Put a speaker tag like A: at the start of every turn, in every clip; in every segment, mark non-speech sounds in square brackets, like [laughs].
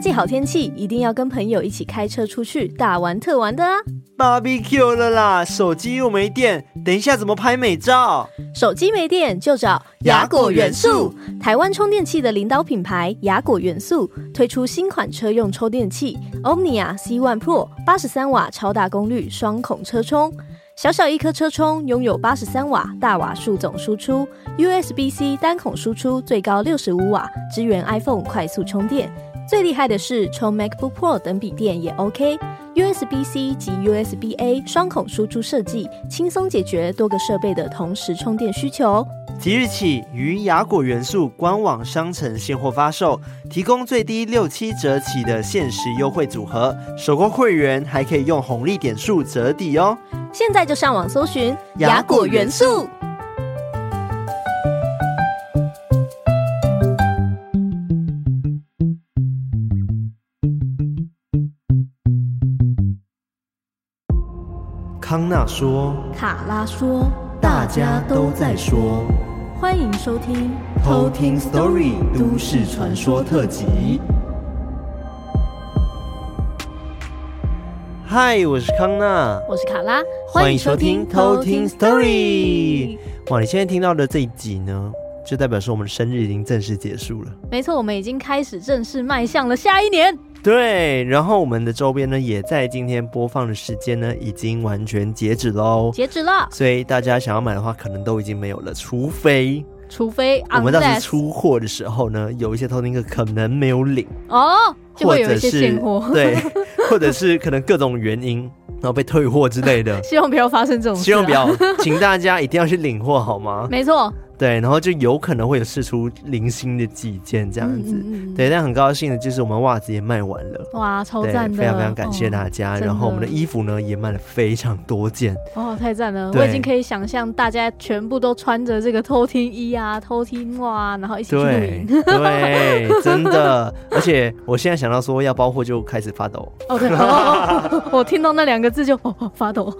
A: 季好天气，一定要跟朋友一起开车出去大玩特玩的啊！
B: ，barbecue 了啦，手机又没电，等一下怎么拍美照？
A: 手机没电就找
B: 雅果元素，
A: 台湾充电器的领导品牌雅果元素推出新款车用充电器 Omnia C One Pro，八十三瓦超大功率双孔车充。小小一颗车充拥有八十三瓦大瓦数总输出，USB-C 单孔输出最高六十五瓦，支援 iPhone 快速充电。最厉害的是充 MacBook Pro 等笔电也 OK。USB-C 及 USB-A 双孔输出设计，轻松解决多个设备的同时充电需求。
B: 即日起于雅果元素官网商城现货发售，提供最低六七折起的限时优惠组合，首购会员还可以用红利点数折抵哦。
A: 现在就上网搜寻
B: 雅果元
A: 素。
B: 康纳说，
A: 卡拉说，
B: 大家都在说，
A: 欢迎收听
B: 偷听 Story 都市传说特辑。嗨，我是康纳。
A: 我是卡拉，
B: 欢迎收听偷听 Story。哇，你现在听到的这一集呢，就代表说我们的生日已经正式结束了。
A: 没错，我们已经开始正式迈向了下一年。
B: 对，然后我们的周边呢，也在今天播放的时间呢，已经完全截止喽。
A: 截止了，
B: 所以大家想要买的话，可能都已经没有了，除非
A: 除非
B: 我们到时
A: unless
B: 出货的时候呢，有一些偷听客可能没有 [laughs] 领，
A: 哦，就
B: 或
A: 会有一
B: 者
A: 些
B: 是。
A: 现货。
B: 对，或者是可能各种原因，然后被退货之类 [laughs] 的
A: 希望不要发生这种事、啊。
B: 希望不要，请大家一定要去领货好吗？
A: 没错，
B: 对，然后就有可能会有试出零星的几件这样子。
A: 嗯嗯嗯
B: 对，但很高兴的就是我们袜子也卖完了。
A: 哇，超
B: 对，
A: 赞的，
B: 非常非常感谢
A: 哦
B: 大家。
A: 真的
B: 然后我们的衣服呢也卖了非常多件，
A: 哦，太赞了！
B: 对
A: 我已经可以想象大家全部都穿着这个偷听衣
B: [laughs]
A: 啊、偷听袜啊，然后一起去露
B: 对
A: 营。 [laughs]
B: 对，真的。而且我现在想到说要包货就开始发抖
A: 哦，对，哦哦哦我听到那两个字就、哦哦发抖。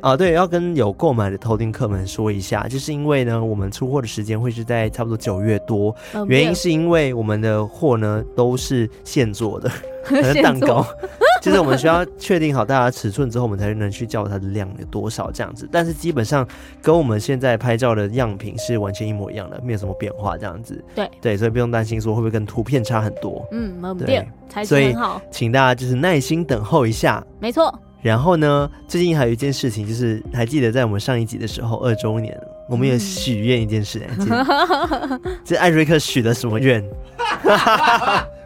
B: 啊。对，要跟有购买的偷听客们说一下，就是因为呢我们出货的时间会是在差不多九月多，
A: 嗯
B: [laughs] 原因是因为我们的货呢都是现做的，可能
A: [laughs] 现
B: 蛋
A: 做
B: 糕。 [laughs] 就是我们需要确定好大家尺寸之后，我们才能去叫它的量有多少这样子。但是基本上跟我们现在拍照的样品是完全一模一样的，没有什么变化这样子。
A: 对
B: 对，所以不用担心说会不会跟图片差很多，
A: 嗯，门
B: 对
A: 店材质
B: 所以
A: 很好，
B: 请大家就是耐心等候一下。
A: 没错。
B: 然后呢，最近还有一件事情，就是还记得在我们上一集的时候，二周年，我们有许愿一件事，还记得
C: [laughs]
B: 这艾瑞克许了什么愿？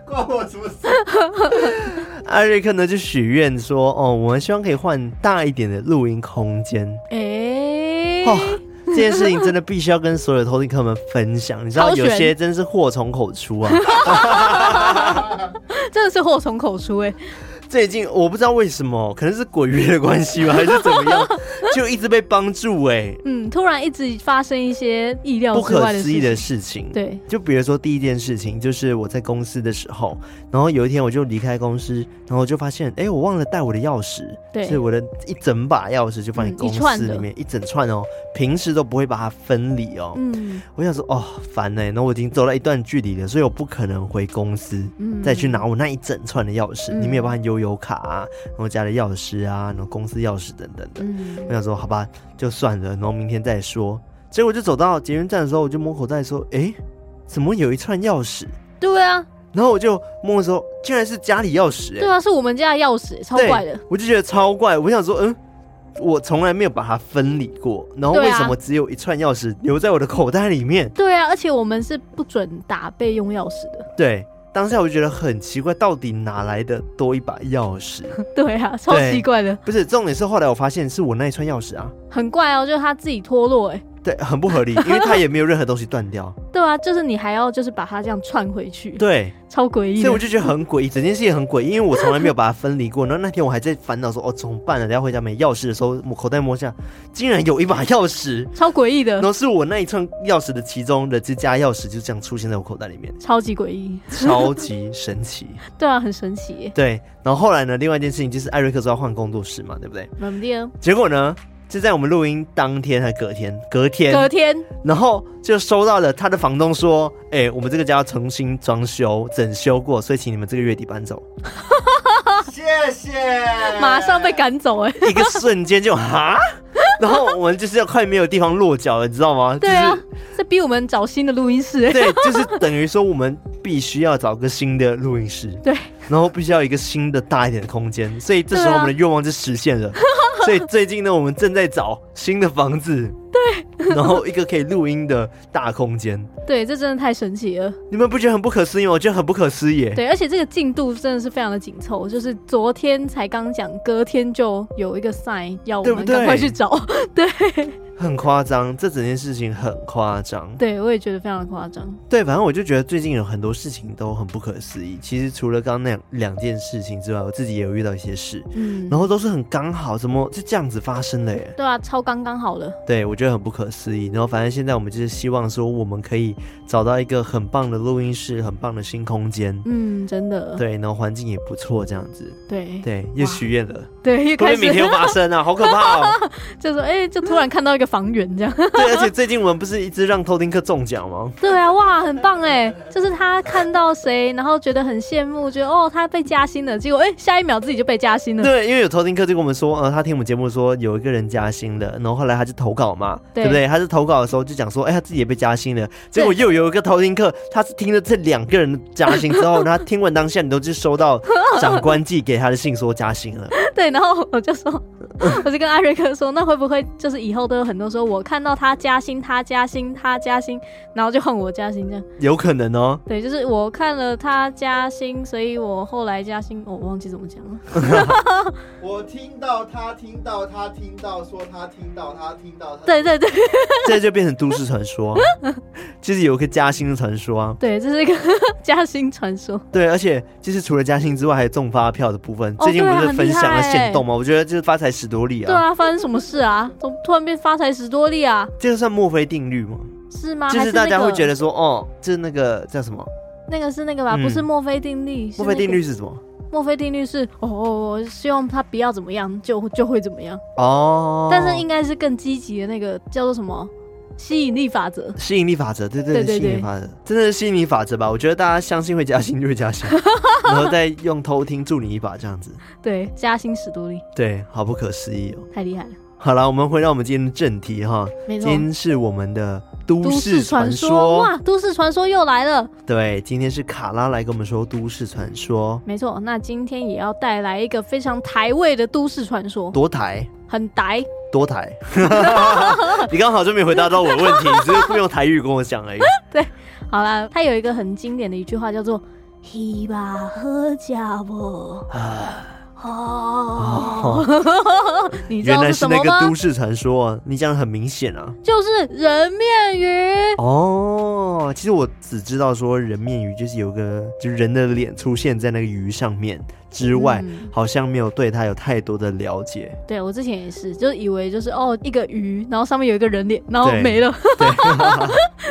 C: 关我什么事？ [laughs]
B: 艾瑞克呢就许愿说，哦，我们希望可以换大一点的录音空间。
A: 哎、
B: 哦，这件事情真的必须要跟所有的偷听客们分享。你知道
A: 超
B: 有
A: 悬
B: 些真是祸从口出
C: [laughs]
B: 啊！
A: 真的是祸从口出哎、
B: 最近我不知道为什么，可能是鬼月的关系吧，还是怎么样，就一直被帮助哎、
A: 嗯，突然一直发生一些意料
B: 不
A: 之
B: 可
A: 外的
B: 思
A: 事
B: 议的
A: 情。
B: 事情。。
A: 对，
B: 就比如说第一件事情，就是我在公司的时候，然后有一天我就离开公司，然后就发现，哎、我忘了带我的钥匙，
A: 对
B: 所以我的一整把钥匙就放在
A: 嗯一
B: 公
A: 串
B: 司
A: 的
B: 里面、一整串哦，平时都不会把它分离哦。
A: 嗯
B: 我想说，哦，烦呢、那我已经走了一段距离了，所以我不可能回公司。
A: 嗯，
B: 再去拿我那一整串的钥匙，
A: 嗯
B: 里面有包含悠游卡啊，然后家的钥匙啊，然后公司钥匙等等的。
A: 嗯
B: 我想说，好吧，就算了，然后明天再说。结果就走到捷运站的时候，我就摸口袋说，诶，怎么有一串钥匙？
A: 对啊，
B: 然后我就摸的时候，竟然是家里钥匙、
A: 对
B: 诶，
A: 啊，是我们家的钥匙，超
B: 对
A: 怪的。
B: 我就觉得超怪。我想说，嗯，我从来没有把它分离过，然后
A: 对啊
B: 为什么只有一串钥匙留在我的口袋里面？
A: 对啊，而且我们是不准打备用钥匙的。 [laughs]
B: 对，当下我就觉得很奇怪，到底哪来的多一把钥匙？ [laughs]
A: 对啊，超
B: 对
A: 奇怪的，
B: 不是，重点是后来我发现是我那一串钥匙啊，
A: 很怪哦，就是他自己脱落、哎，
B: 对，很不合理，因为它也没有任何东西断掉，
A: 对啊，就是你还要就是把它这样串回去，
B: 对，
A: 超诡异
B: 所以我
A: 的。
B: 就觉得很诡异，整件事情很诡异，因为我从来没有把它分离过。然后 [laughs] 那天我还在烦恼说，哦，怎么办呢？等下回家没钥匙的时候，我口袋摸一下，竟然有一把钥匙，
A: 超诡异
B: 然
A: 的，
B: 后是我那一串钥匙的其中的这家钥匙就这样出现在我口袋里面，
A: 超级诡异，
B: 超级神奇。
A: 对啊，很神奇耶。
B: 对，然后后来呢，另外一件事情就是艾瑞克说要换工作室嘛，对不对？
A: 门店
B: 结果呢，就在我们录音当天还隔天，隔天，
A: 隔天
B: 然后就收到了他的房东说：“哎、我们这个家要重新装修、整修过，所以请你们这个月底
A: [laughs]
B: 搬走。
C: 谢谢，
A: 马上被赶走、哎，”
B: [laughs] 一个瞬间就哈，然后我们就是要快没有地方落脚了，你知道吗？
A: 对啊，这逼我们找新的录音室、
B: 就
A: 哎
B: 是，对，就是等于说我们必须要找个新的录音室，
A: 对，
B: 然后必须要有一个新的大一点的空间，所以这时
A: 对
B: 候
A: 啊
B: 我们的愿望就实现
A: [laughs]
B: 了。所以最近呢，我们正在找新的房子，对，然后一个可以录音的大空间。
A: 对，这真的太神奇了。
B: 你们不觉得很不可思议吗？我觉得很不可思议。
A: 对，而且这个进度真的是非常的紧凑，就是昨天才刚讲，隔天就有一个 sign 要我
B: 对不
A: 们
B: 对
A: 赶快去找。
B: 很夸张，这整件事情很夸张。
A: 对，我也觉得非常的夸张。
B: 对，反正我就觉得最近有很多事情都很不可思议。其实除了刚刚那两两件事情之外，我自己也有遇到一些事，
A: 嗯，
B: 然后都是很刚好，怎么就这样子发生了耶？
A: 对啊，超刚刚好了。
B: 对，我觉得很不可思议。然后反正现在我们就是希望说，我们可以找到一个很棒的录音室，很棒的新空间，
A: 嗯，真的。
B: 对，然后环境也不错，这样子，
A: 对
B: 对，又许愿了，
A: 对，一
B: 会不会
A: 开始
B: 明天又发生啊？好可怕
A: [laughs]
B: 哦！
A: 就说，哎、就突然看到一个房源这样。 [laughs]
B: 对，而且最近我们不是一直让偷听课中奖吗？
A: 对啊，哇，很棒哎！就是他看到谁，然后觉得很羡慕，觉得哦，他被加薪了，结果哎、下一秒自己就被加薪了。
B: 对，因为有偷听客就跟我们说，呃，他听我们节目说有一个人加薪了，然后后来他就投稿嘛，
A: 对
B: 对不对？他是投稿的时候就讲说，哎、他自己也被加薪了。结果又有一个偷听客，他是听了这两个人的加薪之后，他听完当下你都就
A: [laughs]
B: 收到长官寄给他的信说加薪了。
A: [laughs] 对，然后我就说，我就跟艾瑞克说，那会不会就是以后都有很多说我看到他加薪，他加薪，他加薪，然后就换我加薪这样？
B: 有可能哦，
A: 对，就是我看了他加薪，所以我后来加薪，哦我忘记怎么讲了。 [laughs]
C: 我听到他听到他听到说他听到他听到他，
A: 对对对
B: 这就变成都市传说，就是有一个加薪的传说啊。
A: 对，这是一个 [laughs] 加薪传说。
B: 对，而且就是除了加薪之外，还有中发票的部分。
A: 哦
B: 最近
A: 对啊
B: 不是
A: 很
B: 分
A: 厉
B: 享了
A: 害
B: 限动吗？我觉得就是发财史多利
A: 对
B: 啊，
A: 啊，发生什么事啊？怎么突然变发财史多利啊？
B: 这个算墨菲定律吗？
A: 是吗？
B: 就
A: 啊还
B: 是大家
A: 那
B: 会
A: 个
B: 觉得说，哦，就是那个叫什么？
A: 那个是那个吧？
B: 嗯
A: 不是墨菲定律。是
B: 墨
A: 那个
B: 菲定律，是什么？
A: 墨菲定律是哦，我希望他不要怎么样，就就会怎么样。
B: 哦，
A: 但是应该是更积极的那个叫做什么吸引力法则。
B: 吸引力法则，对对
A: 对对
B: 对，吸引力
A: 对
B: 法则，真的是吸引力法则吧？我觉得大家相信会加薪就会
A: [laughs]
B: 加薪，然后再用偷听助你一把这样子，
A: 对，加薪史多利
B: 对，好不可思议哦。
A: 太厉害了，
B: 好了，我们回到我们今天的正题哈，
A: 没
B: 今
A: 错。
B: 天是我们的都市传说，
A: 哇，都市传说又来了，
B: 对，今天是卡拉来跟我们说都市传说，
A: 没错。那今天也要带来一个非常台味的都市传说，
B: 多台
A: 很台。
B: 多台，
A: [laughs]
B: 你刚好就没回答到我的问题，只是用台语跟我讲而已。
A: 好啦，它有一个很经典的一句话叫做“希巴喝家不
B: 啊”，
A: 哦，你知
B: 原
A: 道
B: 来
A: 是
B: 是
A: 什
B: 那
A: 么
B: 个
A: 吗
B: 都？市传说啊，你讲的很明显啊。
A: 就是人面鱼。
B: 哦，其实我只知道说人面鱼就是有个就是人的脸出现在那个鱼上面之外，
A: 嗯
B: 好像没有对它有太多的了解。 [laughs]
A: 对我之前也是，就是以为就是哦一个鱼，然后上面有一个人脸，然后
B: 对
A: 没了， [laughs]
B: 对，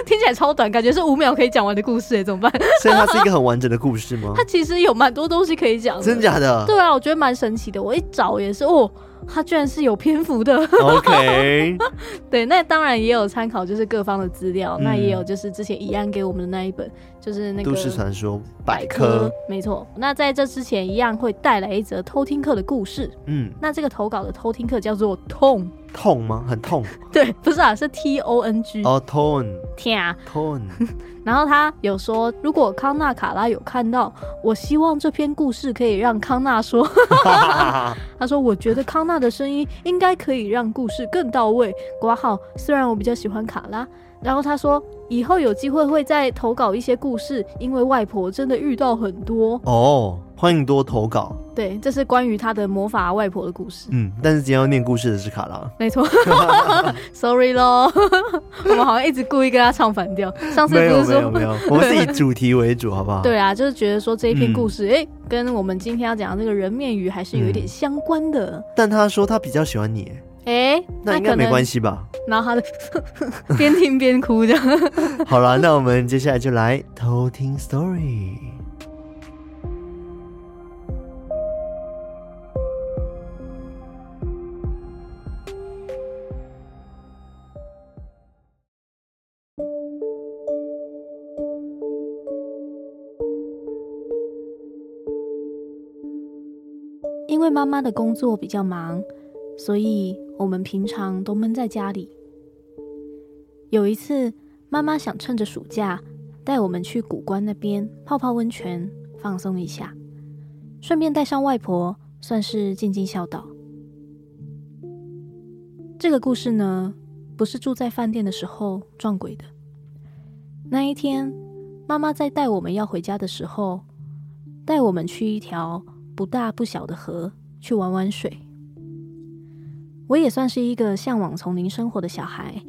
A: 听起来超短，感觉是五秒可以讲完的故事哎，怎么办？ [laughs]
B: 所以它是一个很完整的故事吗？
A: 它其实有蛮多东西可以讲的，
B: 真假的
A: 对啊，我觉得蛮神奇的。我一找也是，哦，它居然是有篇幅的。
B: ？OK，
A: 对，那当然也有参考，就是各方的资料，
B: 嗯
A: 那也有就是之前怡安给我们的那一本，就是 [laughs] 那个
B: 都市传说百科，，
A: 没错。那在这之前，一样会带来一则偷听课的故事。
B: 嗯，
A: 那这个投稿的偷听课叫做痛，
B: 痛吗？很痛
A: 对，不是啊，是 T O N G，
B: 哦，tone
A: 天啊！
B: tone，
A: 然后他有说，如果康纳卡拉有看到，我希望这篇故事可以让康纳
B: [laughs]
A: 说。他说，我觉得康纳的声音应该可以让故事更到位。挂号，虽然我比较喜欢卡拉。然后他说，以后有机会会再投稿一些故事，因为外婆真的遇到很多。
B: 哦，欢迎多投稿，
A: 对，这是关于他的魔法外婆的故事。
B: 嗯，但是今天要念故事的是卡拉，
A: 没错 [laughs] ，sorry 咯， [laughs] 我们好像一直故意跟他唱反调。上次
B: 没
A: 不
B: 有
A: 是
B: 没有没
A: 说，
B: 有，我们是以主题为主，好不
A: [laughs]
B: 好？
A: 对啊，就是觉得说这一篇
B: 嗯
A: 故事，哎、跟我们今天要讲的这个人面鱼还是有一
B: 嗯
A: 点相关的。
B: 但他说他比较喜欢你，
A: 哎、
B: 那应该没关
A: 系。
B: 系
A: [laughs]
B: 吧？
A: 然后他就边听边哭这样。
B: 好了，那我们接下来就来偷听 story。
A: 为妈妈的工作比较忙，所以我们平常都闷在家里。有一次，妈妈想趁着暑假带我们去古关那边泡泡温泉，放松一下，顺便带上外婆，算是尽尽孝道。这个故事呢，不是住在饭店的时候撞鬼的。那一天，妈妈在带我们要回家的时候，带我们去一条不大不小的河去玩玩水。我也算是一个向往丛林生活的小孩，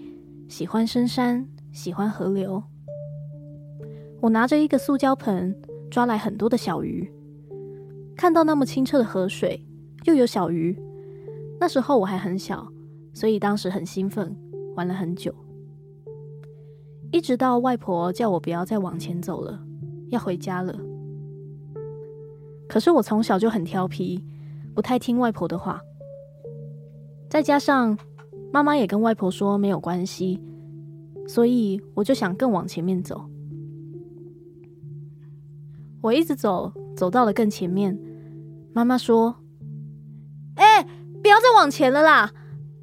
A: 喜欢深山，喜欢河流。我拿着一个塑胶盆，抓来很多的小鱼。看到那么清澈的河水，又有小鱼，那时候我还很小，所以当时很兴奋，玩了很久。一直到外婆叫我不要再往前走了，要回家了。可是我从小就很调皮，不太听外婆的话。再加上妈妈也跟外婆说没有关系，所以我就想更往前面走。我一直走，走到了更前面，妈妈说：“哎、不要再往前了啦，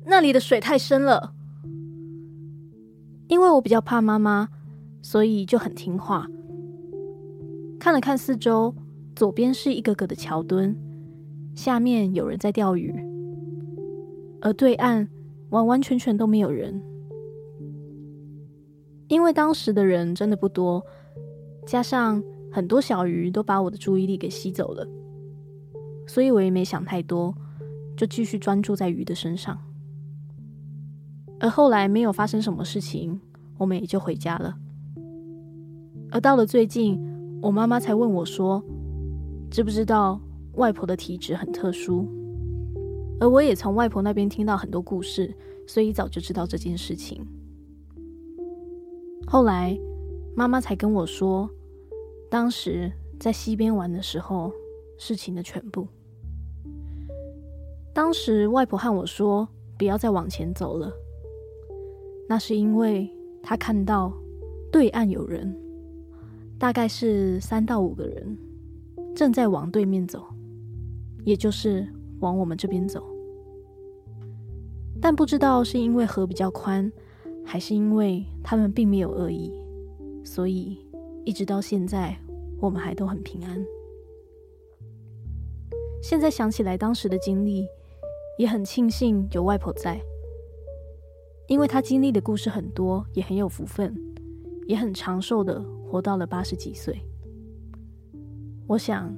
A: 那里的水太深了。”因为我比较怕妈妈，所以就很听话。看了看四周，左边是一个个的桥墩，下面有人在钓鱼，而对岸完完全全都没有人。因为当时的人真的不多，加上很多小鱼都把我的注意力给吸走了，所以我也没想太多，就继续专注在鱼的身上。而后来没有发生什么事情，我们也就回家了。而到了最近，我妈妈才问我说：“知不知道外婆的体质很特殊？”而我也从外婆那边听到很多故事，所以早就知道这件事情。后来，妈妈才跟我说，当时在溪边玩的时候，事情的全部。当时外婆和我说，不要再往前走了。那是因为他看到对岸有人，大概是三到五个人，正在往对面走，也就是往我们这边走。但不知道是因为河比较宽，还是因为他们并没有恶意，所以一直到现在，我们还都很平安。现在想起来当时的经历，也很庆幸有外婆在。因为他经历的故事很多，也很有福分，也很长寿的活到了八十几岁。我想，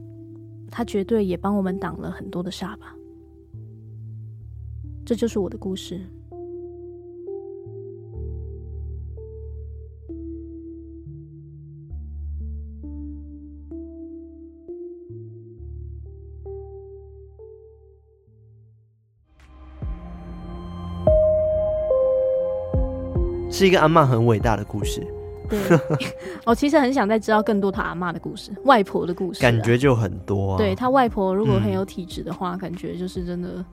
A: 他绝对也帮我们挡了很多的煞吧。这就是我的故事。
B: 是一个阿嬷很伟大的故事， [laughs]
A: 对，我其实很想再知道更多他阿嬷的故事、外婆的故事啊、
B: 感觉嗯就很多啊。
A: 对，他外婆如果很有体质的话，感觉就是真的，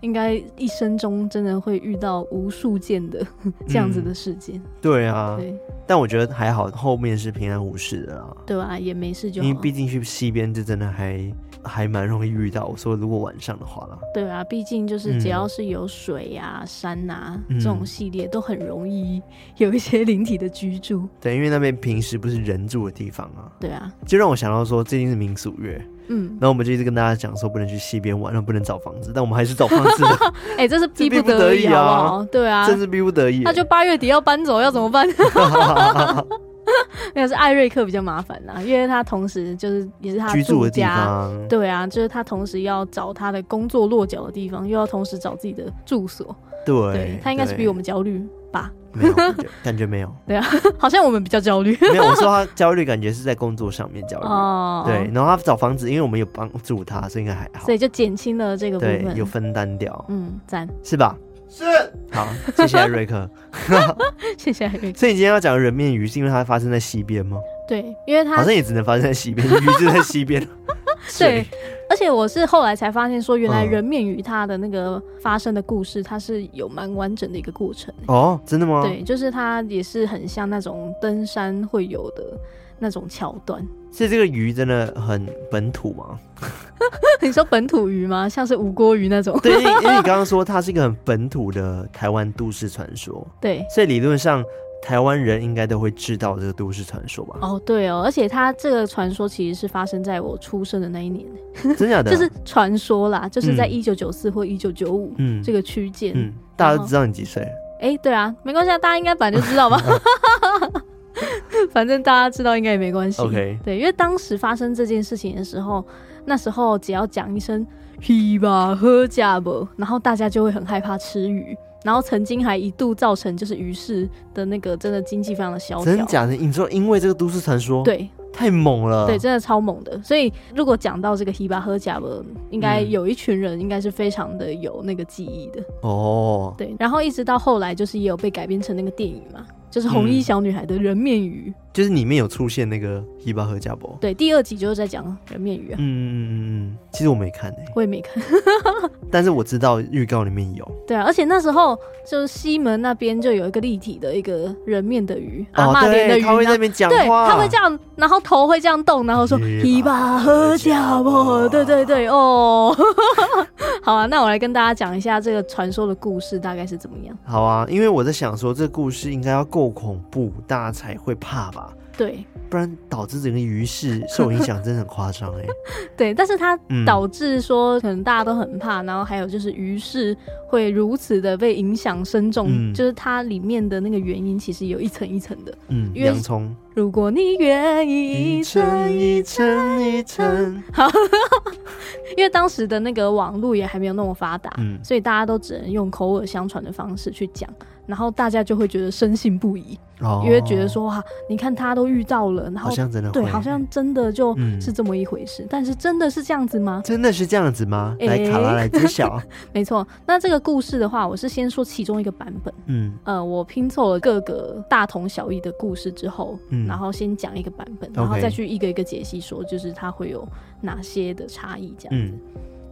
A: 应该一生中真的会遇到无数件的 [laughs] 这样子的事件。
B: 对嗯啊，
A: 对，
B: 但我觉得还好，后面是平安无事的啦。
A: 对吧？也没事就
B: 因
A: 好
B: 为。毕竟去西边，这真的还还蛮容易遇到。我说如果晚上的话啦，
A: 对啊，毕竟就是
B: 嗯
A: 只要是有水啊、山啊
B: 嗯
A: 这种系列，都很容易有一些灵体的居住。
B: 对，因为那边平时不是人住的地方啊，
A: 对啊，
B: 就让我想到说最近是民俗月，
A: 嗯，
B: 然后我们就一直跟大家讲说不能去西边玩，然后不能找房子，但我们还是找房
A: [laughs]
B: 子的，
A: 哎、这是逼
B: 这逼不
A: 得
B: 得
A: 已
B: 已
A: 好
B: 啊
A: 不好？对啊，
B: 真是逼不得已。
A: 那就八月底要搬走，要怎么
B: [laughs]
A: 办？ [laughs] 没有，是艾瑞克比较麻烦啦，因为他同时就是也是他
B: 居住的地
A: 家。
B: 方，
A: 对啊，就是他同时要找他的工作落脚的地方，又要同时找自己的住所。
B: 对，
A: 他应该是比
B: 对
A: 我们焦虑吧？ [laughs]
B: 没有感觉感觉没有，
A: 好像我们比较焦
B: [laughs]
A: 虑
B: 没有。我说他焦虑，感觉是在工作上面焦虑。
A: 哦。
B: 对，，然后他找房子，因为我们有帮助他，所以应该还好
A: 所。以就减轻了这个部
B: 对，
A: 分。
B: 有分担掉，
A: 嗯，赞，
B: 是吧？
C: 是
B: 好，谢谢艾瑞克。
A: 谢谢艾瑞克。
B: 所以你今天要讲的人面鱼，是因为它发生在西边吗？
A: 对，因为
B: 好
A: 他
B: 像也只能发生在西边，鱼就在西边。 [laughs]
A: 对
B: 水，
A: 而且我是后来才发现说，原来
B: 嗯
A: 人面鱼它的那个发生的故事，它是有蛮完整的一个过程。
B: 哦，真的吗？
A: 对，就是它也是很像那种登山会有的那种桥段。 [laughs]
B: 所以这个鱼真的很本土嘛？
A: 你说本土鱼吗？像是无锅鱼那种？
B: 对，因为因为你刚刚说它是一个很本土的台湾都市传说，
A: 对，
B: 所以理论上台湾人应该都会知道这个都市传说吧？
A: 哦对哦，而且它这个传说其实是发生在我出生的那一年，
B: 真假的？
A: 就是传说啦，就是在
B: 啊嗯
A: 一九九四或一九九五
B: 嗯
A: 这个区间。
B: 嗯，大家都知道你几岁，
A: 哎、对啊，没关系，啊，大家应该本来就知道吧。
B: [laughs]
A: 反正大家知道应该也没关系。
B: OK
A: 对，因为当时发生这件事情的时候，那时候只要讲一声“嘿吧喝假不”，然后大家就会很害怕吃鱼，然后曾经还一度造成就是鱼市的那个真的经济非常的萧条。
B: 真？假的？你说因为这个都市传说，，
A: 对
B: 太猛了，
A: 对，真的超猛的。所以如果讲到这个“嘿吧喝假不”，应该
B: 嗯
A: 有一群人应该是非常的有那个记忆的。
B: 哦，
A: 对，然后一直到后来就是也有被改编成那个电影嘛，就是红衣
B: 嗯
A: 小女孩的人面鱼。
B: 就是里面有出现那个伊巴和加博，
A: 对，第二集就是在讲人面鱼啊，
B: 嗯嗯嗯嗯，其实我没看诶、
A: 我也没看。
B: 但是我知道预告里面有，
A: 对啊，而且那时候就是西门那边就有一个立体的一个人面的鱼，阿
B: 哦，
A: 嬷连的
B: 对，
A: 鱼，
B: 他会
A: 然
B: 在
A: 后
B: 那边讲
A: 对，
B: 话，
A: 他会这样，然后头会这样动，然后说“一
B: 一
A: 把
B: 把
A: 喝
B: 喝
A: 假
B: 假
A: 不
B: 货”，
A: 对对对，哦， [laughs] 好啊，那我来跟大家讲一下这个传说的故事大概是怎么样。
B: 好啊，因为我在想说，这故事应该要够恐怖，大家才会怕吧，
A: 对
B: 不然导致整个鱼市受影响，真的很夸张
A: [laughs]
B: 哎。
A: 对，但是它
B: 嗯，
A: 导致说可能大家都很怕，然后还有就是于是会如此的被影响深重，
B: 嗯
A: 就是它里面的那个原因其实有一层一层的。
B: 嗯，
A: 因为
B: 洋葱
A: 如果你愿意一层一，
B: 层一
A: [laughs]
B: 层，
A: 因为当时的那个网络也还没有那么发达，
B: 嗯
A: 所以大家都只能用口耳相传的方式去讲，然后大家就会觉得深信不疑，
B: 哦
A: 因为觉得说哇，你看他都遇到了，然
B: 好
A: 后
B: 像真的
A: 对，
B: 会
A: 好像真的就
B: 嗯
A: 是这么一回事，但是真的是这样子吗？
B: 真的是这样子吗？来
A: 诶
B: 卡拉来揭晓，
A: 没错，那这个故事的话，我是先说其中一个版本。
B: 嗯
A: 呃，我拼凑了各个大同小异的故事之后，
B: 嗯
A: 然后先讲一个版本，然后
B: OK
A: 再去一个一个解析说，就是它会有哪些的差异这样子。
B: 嗯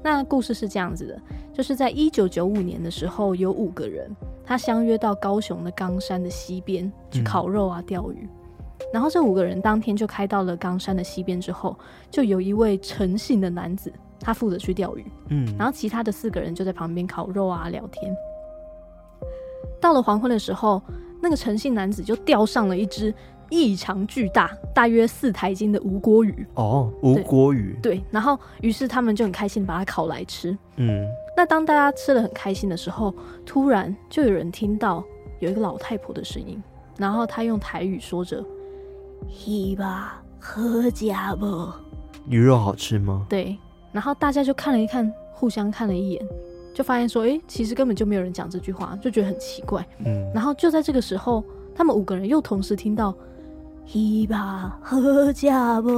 A: 那故事是这样子的，就是在一九九五年的时候，有五个人，他相约到高雄的冈山的西边去
B: 嗯
A: 烤肉啊、钓鱼。然后这五个人当天就开到了冈山的西边之后，就有一位诚信的男子，他负责去钓鱼。
B: 嗯，
A: 然后其他的四个人就在旁边烤肉啊聊天。到了黄昏的时候，那个诚信男子就钓上了一只异常巨大、大约四台斤的无锅鱼。
B: 哦，吴国语，
A: 对，然后于是他们就很开心地把它烤来吃。
B: 嗯，
A: 那当大家吃的很开心的时候，突然就有人听到有一个老太婆的声音，然后她用台语说着：“希吧，喝家不。”
B: 鱼肉好吃吗？
A: 对，然后大家就看了一看，互相看了一眼，就发现说，诶，其实根本就没有人讲这句话，就觉得很奇怪。
B: 嗯，
A: 然后就在这个时候，他们五个人又同时听到“希吧喝假不”，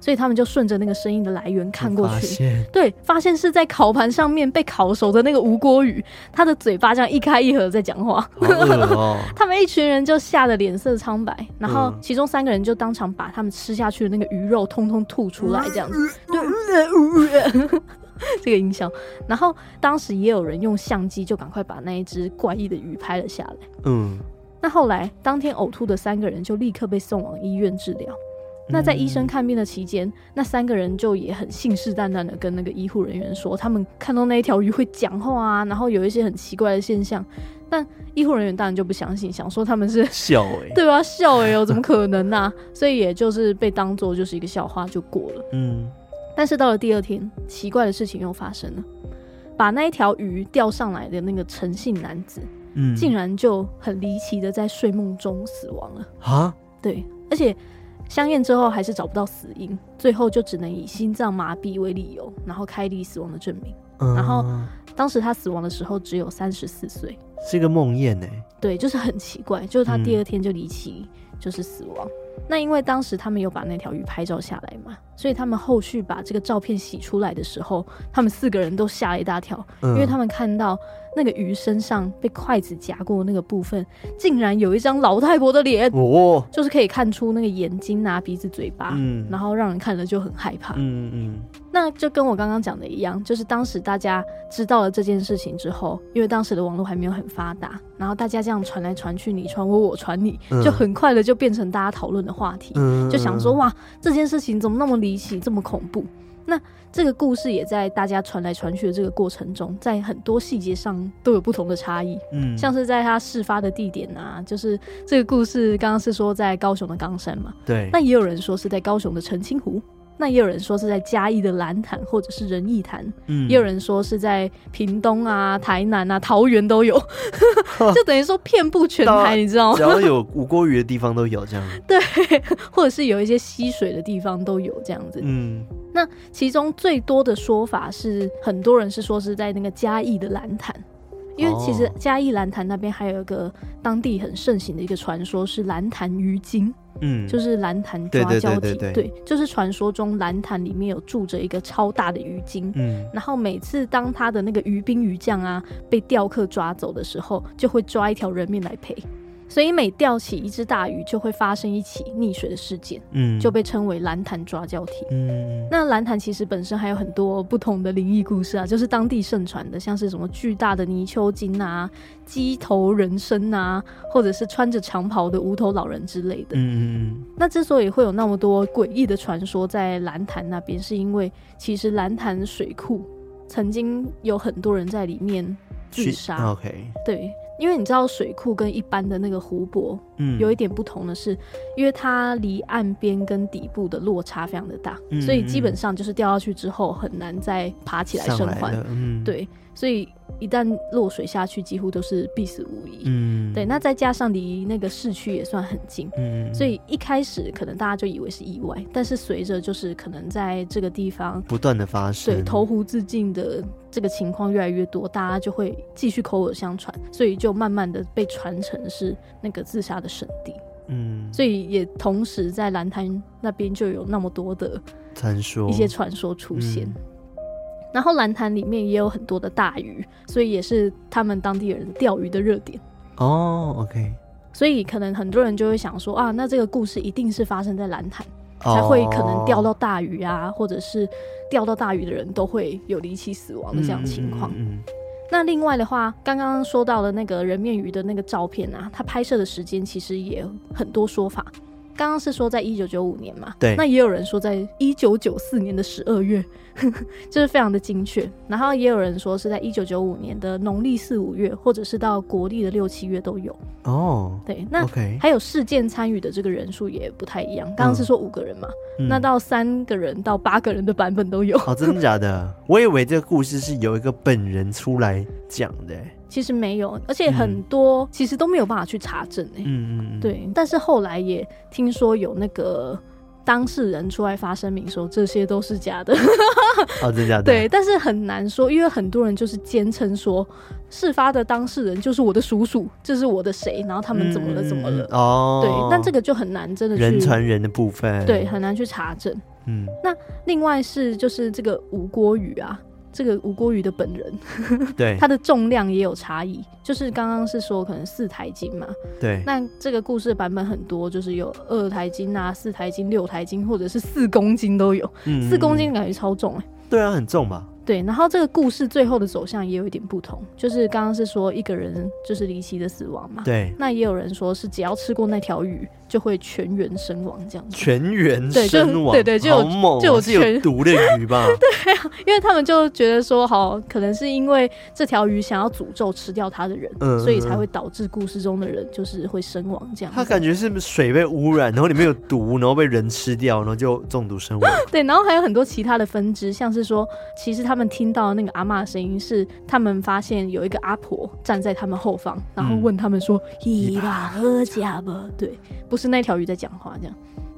A: 所以他们就顺着那个声音的来源看过
B: 发
A: 去。
B: 现
A: [laughs] 对，发现是在烤盘上面被烤熟的那个吴锅鱼，他的嘴巴这样一开一合在讲话。 [laughs]
B: 好饿哦，
A: 他们一群人就吓得脸色苍白，然后
B: 嗯
A: 其中三个人就当场把他们吃下去的那个鱼肉通通吐出来，这样子。对，这个音效。然后当时也有人用相机就赶快把那一只怪异的鱼拍了下来。
B: 嗯，
A: 那后来当天呕吐的三个人就立刻被送往医院治疗。那在医
B: 嗯
A: 生看病的期间，那三个人就也很信誓旦旦的跟那个医护人员说，他们看到那一条鱼会讲话啊，然后有一些很奇怪的现象。但医护人员当然就不相信，想说他们是 [laughs]
B: 笑哎，
A: 对啊，笑哎、呦，怎么可能呐、所以也就是被当做就是一个笑话就过了。
B: 嗯，
A: 但是到了第二天，奇怪的事情又发生了，把那一条鱼钓上来的那个诚信男子，
B: 嗯
A: 竟然就很离奇的在睡梦中死亡了。
B: 啊，
A: 对，而且相验之后还是找不到死因，最后就只能以心脏麻痹为理由，然后开立死亡的证明。
B: 嗯
A: 然后当时他死亡的时候只有三十四岁，
B: 是个梦魇哎，
A: 对，就是很奇怪，就是他
B: 嗯
A: 第二天就离奇、就是死亡。那因为当时他们有把那条鱼拍照下来嘛，所以他们后续把这个照片洗出来的时候，他们四个人都吓了一大跳，
B: 嗯
A: 因为他们看到那个鱼身上被筷子夹过那个部分，竟然有一张老太婆的脸，
B: 哦，
A: 就是可以看出那个眼睛啊、鼻子、嘴巴，
B: 嗯
A: 然后让人看了就很害怕。
B: 嗯嗯嗯，
A: 那就跟我刚刚讲的一样，就是当时大家知道了这件事情之后，因为当时的网络还没有很发达，然后大家这样传来传去，你传我，我传你，
B: 嗯
A: 就很快的就变成大家讨论的话题。
B: 嗯
A: 就想说哇，这件事情怎么那么离奇，这么恐怖？那这个故事也在大家传来传去的这个过程中，在很多细节上都有不同的差异，
B: 嗯
A: 像是在它事发的地点啊，就是这个故事刚刚是说在高雄的冈山嘛，
B: 对，
A: 那也有人说是在高雄的澄清湖，那也有人说是在嘉义的蓝潭或者是仁义潭，
B: 嗯
A: 也有人说是在屏东啊、台南啊、桃园都
B: [laughs]
A: 有，就等于说遍布全
B: 到
A: 台，你知道吗 [laughs]
B: 只？要有无锅鱼的地方都有这样，
A: 或者是有一些溪水的地方都有这样子。
B: 嗯
A: 其中最多的说法是，很多人是说是在那个嘉义的蓝潭，因为其实
B: 哦
A: 嘉义蓝潭那边还有一个当地很盛行的一个传说，是蓝潭鱼精，
B: 嗯，
A: 就是是蓝潭
B: 对
A: 抓
B: 对对
A: 交
B: 对
A: 替，
B: 对
A: 对，就是传说中蓝潭里面有住着一个超大的鱼精。
B: 嗯
A: 然后每次当他的那个鱼兵鱼将啊被钓客抓走的时候，就会抓一条人命来赔，所以每钓起一只大鱼，就会发生一起溺水的事件，
B: 嗯
A: 就被称为蓝潭抓交替。
B: 嗯
A: 那蓝潭其实本身还有很多不同的灵异故事啊，就是当地盛传的，像是什么巨大的泥鳅精啊、鸡头人参啊，或者是穿着长袍的无头老人之类的。
B: 嗯
A: 那之所以会有那么多诡异的传说在蓝潭那边，是因为其实蓝潭水库曾经有很多人在里面自
B: 去哦
A: 杀。
B: ，OK，
A: 对，因为你知道水库跟一般的那个湖泊
B: 嗯
A: 有一点不同的是，因为它离岸边跟底部的落差非常的大，
B: 嗯
A: 所以基本上就是掉下去之后很难再爬起来
B: 上
A: 生
B: 来
A: 还。
B: 了，嗯，，
A: 对，所以一旦落水下去，几乎都是必死无疑。
B: 嗯
A: 对，那再加上离那个市区也算很近，
B: 嗯，
A: 所以一开始可能大家就以为是意外，但是随着就是可能在这个地方
B: 不断的发生，
A: 对投湖自尽的这个情况越来越多，大家就会继续口耳相传，所以就慢慢的被传成是那个自杀的圣地，
B: 嗯，
A: 所以也同时在蓝滩那边就有那么多的
B: 传说
A: 一些传说出现。
B: 哦嗯
A: 然后蓝潭里面也有很多的大鱼，所以也是他们当地人钓鱼的热点。
B: 哦，OK，
A: 所以可能很多人就会想说啊，那这个故事一定是发生在蓝潭。才
B: 哦
A: 会可能钓到大鱼啊，或者是钓到大鱼的人都会有离奇死亡的这样情况。
B: 嗯，嗯
A: 那另外的话，刚刚说到的那个人面鱼的那个照片啊，它拍摄的时间其实也很多说法。刚刚是说在一九九五年嘛，
B: 对
A: 那也有人说在一九九四年的十二月， [laughs] 就是非常的精确。然后也有人说是在一九九五年的农历四五月，或者是到国历的六七月都有。
B: 嗯哦
A: 对，那
B: ，OK，
A: 还有事件参与的这个人数也不太一样。刚刚是说五个人嘛，
B: 嗯
A: 那到三个人到八个人的版本都
B: [laughs]
A: 有。
B: 哦，真的假的？我以为这个故事是由一个本人出来讲的欸，
A: 其实没有，而且很多、其实都没有办法去查证哎、
B: 嗯嗯嗯，嗯，
A: 对，但是后来也听说有那个当事人出来发声明说这些都是假的，
B: 哦，真的假的？
A: 对，但是很难说，因为很多人就是坚称说事发的当事人就是我的叔叔，这是我的谁，然后他
B: 嗯，
A: 们怎么了怎么了，
B: 嗯哦，
A: 对，但这
B: 个
A: 个就很难真的去
B: 人传人的部分，
A: 对，很难去查证。
B: 嗯，
A: 另外是就是这个吴郭宇啊，这个吴郭宇的本人。
B: 对，
A: 它的重量也有差异，就是刚刚是说可能四台斤嘛，
B: 对，
A: 那这个故事版本很多，就是有二台斤啊、四台斤、六台斤，或者是四公斤都有，
B: 嗯
A: 四公，斤
B: 嗯
A: 感觉超重哎、
B: 嗯对啊，很重吧？
A: 对，然后这个故事最后的走向也有一点不同，就是刚刚是说一个人就是离奇的死亡嘛，
B: 对，
A: 那也有人说是只要吃过那条鱼就会全员身亡这样子，
B: 全员
A: 对就
B: 身亡，
A: 对对就有
B: 好猛哦，
A: 就有
B: 是有
A: 全
B: 毒的
A: [laughs]
B: 鱼吧？
A: 因为他们就觉得说好，可能是因为这条鱼想要诅咒吃掉他的人，
B: 嗯
A: 所以才会导致故事中的人就是会身亡这样子。
B: 它感觉是水被污染，然后里面有毒，然后被人吃掉，然后就中毒身亡。
A: 对，然后还有很多其他的分支，像是说，其实他们听到那个阿嬷的声音是他们发现有一个阿婆站在他们后方，然
B: 嗯
A: 后问他们说：“伊拉喝假吧？”对，不是那条鱼在讲话这样。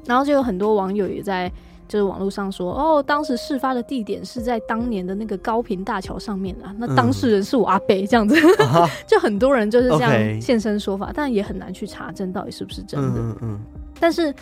A: 然后就有很多网友也在就是网络上说：“哦，当时事发的地点是在当年的那个高平大桥上面啊，那
B: 嗯
A: 当事人是我阿伯这样子。 [laughs]
B: 啊
A: 就很多人就是这
B: OK
A: 样现身说法，但也很难去查证到底是不 [laughs] 是真的。
B: 嗯嗯嗯，
A: 但是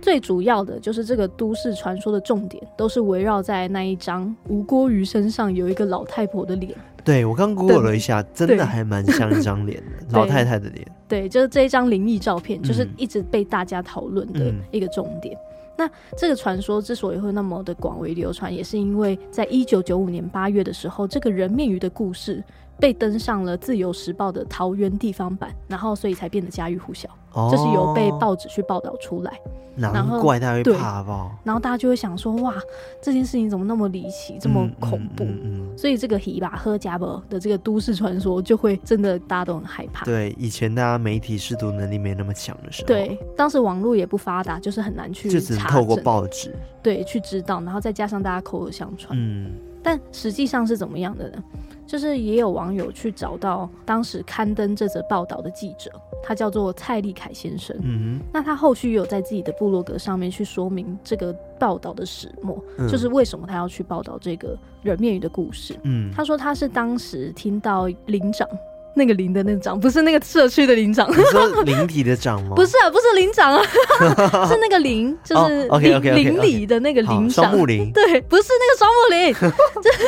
A: 最主要的就是这个都市传说的重点都是围绕在那一张吴郭鱼身上有一个老太婆的脸，
B: 对我刚 Google 了一下，真
A: 对
B: 的还蛮像一张脸的，老太太的脸。
A: 对，就是这一张灵异照片，
B: 嗯
A: 就是一直被大家讨论的一个重点。那这个传说之所以会那么的广为流传，也是因为在一九九五年八月的时候，这个人面鱼的故事被登上了《自由时报》的桃园地方版，然后所以才变得家喻户晓。这是由被
B: 哦，
A: 报纸去报道出来，然
B: 难
A: 后
B: 怪他会
A: 对
B: 怕爆，
A: 然后大家就会想说，哇，这件事情怎么那么离奇，这么
B: 嗯
A: 恐怖？
B: 嗯嗯嗯
A: 所以这个希吧喝加伯的这个都市传说，就会真的大家都很害怕。
B: 对，以前大家媒体识读能力没那么强的时候，，
A: 对，当时网络也不发达，就是很难去
B: 就只能
A: 查
B: 透过
A: 证
B: 报纸。
A: 对去知道，然后再加上大家口耳相传。
B: 嗯，
A: 但实际上是怎么样的呢？就是也有网友去找到当时刊登这则报道的记者，他叫做蔡立凯先生。
B: 嗯
A: 那他后续也有在自己的部落格上面去说明这个报道的始末，
B: 哼，
A: 就是为什么他要去报道这个人面鱼的故事。
B: 嗯，
A: 他说他是当时听到林长那个林的那个长，不是那个社区的林长，
B: 你说灵体的长
A: [laughs]
B: 吗？
A: 不是啊，不是林
B: [laughs]
A: 长啊， [laughs] 是那个林，就是
B: 哦
A: 邻
B: ，OK，OK，OK，OK
A: 邻里的那个
B: 好，
A: 林
B: 双
A: 长。[laughs]
B: 木林，
A: 对，不是那个双木林，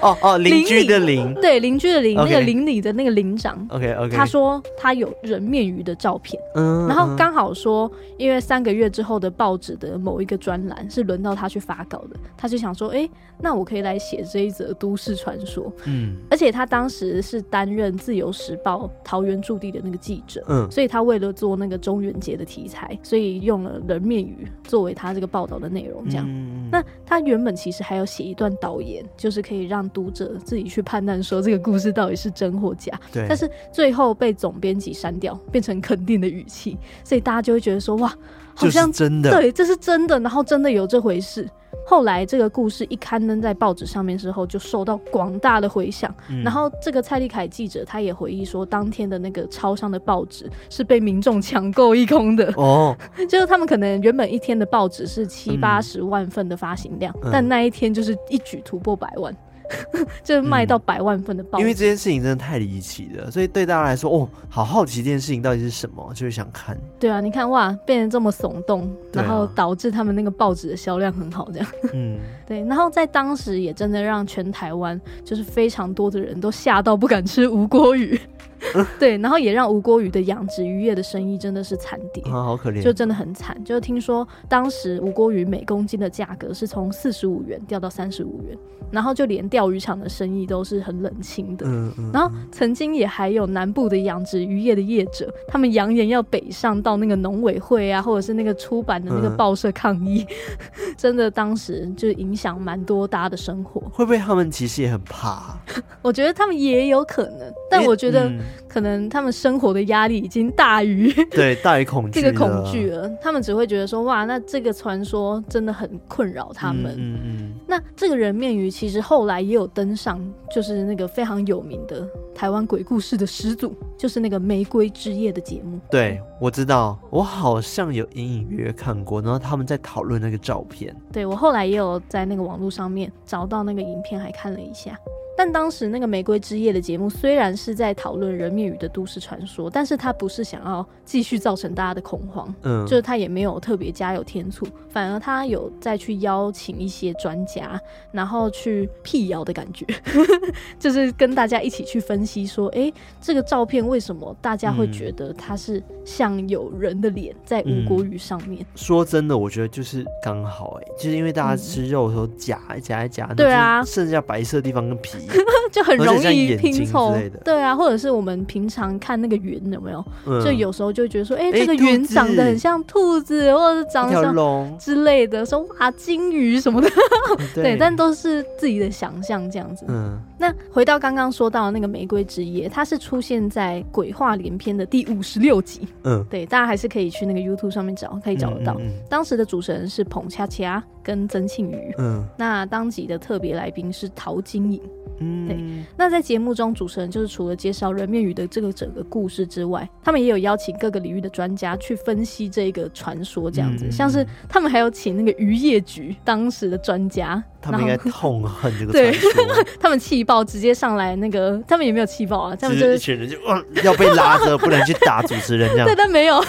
B: 哦哦，
A: 邻
B: 邻居
A: 里
B: 的邻。
A: 对，邻居的邻，那
B: [laughs] OK
A: 个邻里的那个邻长。
B: OK [laughs] OK，
A: 他说他有人面鱼的照片，
B: 嗯，
A: 然后
B: 嗯
A: 刚好说，因为三个月之后的报纸的某一个专栏是轮到他去发稿的，他就想说，诶，那我可以来写这一则都市传说。
B: 嗯
A: 而且他当时是担任《自由时报》桃园驻地的那个记者，
B: 嗯
A: 所以他为了做那个中元节的题材，所以用了人面鱼作为他这个报道的内容。这样，
B: 嗯
A: 那他原本其实还有写一段导言，就是可以让读者自己去判断说这个故事到底是真或假，
B: 对，
A: 但是最后被总编辑删掉，变成肯定的语气，所以大家就会觉得说哇，好
B: 就是
A: 像
B: 真的，
A: 对，这是真的，然后真的有这回事。后来这个故事一刊登在报纸上面之后，就受到广大的回响。
B: 嗯
A: 然后这个蔡丽凯记者他也回忆说，当天的那个超商的报纸是被民众抢购一空的，
B: 哦，
A: [laughs] 就是他们可能原本一天的报纸是七
B: 嗯
A: 八十万份的发行量，
B: 嗯
A: 但那一天就是一举突破百万， [laughs] 就是卖到百万份的报
B: 嗯因
A: 纸。
B: 为这件事情真的太离奇了，所以对大家来说，哦，好好奇这件事情到底是什么，就会想
A: [laughs]
B: 看。
A: 对啊，你看哇，变得这么耸动，
B: 对啊
A: 然后导致他们那个报纸的销量很好，这样。 [laughs]
B: 嗯，
A: 对，然后在当时也真的让全台湾就是非常多的人都吓到不敢吃无锅鱼， [laughs] 对，然后也让无锅鱼的养殖渔业的生意真的是惨跌。
B: 啊，好可怜，
A: 就真的很惨，就是听说当时无锅鱼每公斤的价格是从四十五元掉到三十五元，然后就连钓鱼场的生意都是很冷清的。
B: 嗯嗯，
A: 然后曾经也还有南部的养殖渔业的业者，他们扬言要北上到那个农委会啊，或者是那个出版的那个
B: 嗯
A: 报社抗议， [laughs] 真的当时就影响蛮多大家的生活。
B: 会不会他们其实也很怕？
A: 我觉得他们也有可能，但
B: 因为
A: 我觉得
B: 嗯
A: 可能他们生活的压力已经大于
B: 对大于恐惧
A: 这
B: 了，嗯
A: 个恐惧了，他们只会觉得说哇，那这个传说真的很困扰他们。
B: 嗯嗯
A: 那这个人面鱼其实后来也有登上，就是那个非常有名的台湾鬼故事的始祖，就是那个《玫瑰之夜》的节目。
B: 嗯，对，我知道，我好像有隐隐约约看过，然后他们在讨论那个照片，
A: 对我后来也有在那个网络上面找到那个影片，还看了一下。但当时那个《玫瑰之夜》的节目虽然是在讨论人面鱼的都市传说，但是它不是想要继续造成大家的恐慌，
B: 嗯，
A: 就是它也没有特别加油添醋，反而它有再去邀请一些专家，然后去辟谣的感觉， [laughs] 就是跟大家一起去分析说，诶，这个照片为什么大家会
B: 嗯
A: 觉得它是像有人的脸在
B: 嗯
A: 吴国鱼上面？ [laughs]
B: 说真的，我觉得就是刚好、哎，就是因为大家吃肉的时候夹夹一夹，
A: 嗯对啊
B: 就是剩下白色的地方跟皮，
A: 就很容易拼
B: 而且像
A: 凑
B: 眼睛之类的，
A: 对啊，或者是我们平常看那个云有没有，
B: 嗯、
A: [laughs] 就有时候就会觉得说，哎、
B: 诶
A: 这个
B: 兔
A: 云
B: 子
A: 长得很像兔子，或者是长
B: 一
A: 得
B: 条
A: 像 [laughs]
B: 龙，
A: 之类的，说哇金鱼什么的，对，但都是自己的想象这样子。
B: 嗯
A: 那回到刚刚说到的那个玫瑰之夜，它是出现在鬼话连篇的第五十六集，
B: 嗯，
A: 对，大家还是可以去那个 YouTube 上面找，可以找得到。
B: 嗯嗯
A: 当时的主持人是彭恰恰跟曾庆瑜，
B: 嗯
A: 那当集的特别来宾是陶晶莹。
B: 嗯，
A: 对
B: 嗯
A: 那在节目中，主持人就是除了介绍人面鱼的这个整个故事之外，他们也有邀请各个领域的专家去分析这个传说，这样子，
B: 嗯
A: 像是他们还有请那个渔业局当时的专家，
B: 他们应该痛恨这个
A: 对
B: 传说，
A: 他们气爆，直接上来那个，他们也没有气爆啊， [laughs] 他
B: 就
A: 们就是
B: 一群人就哇要被拉着，不能去打主持人这
A: [laughs]
B: 样
A: 对，。但没有，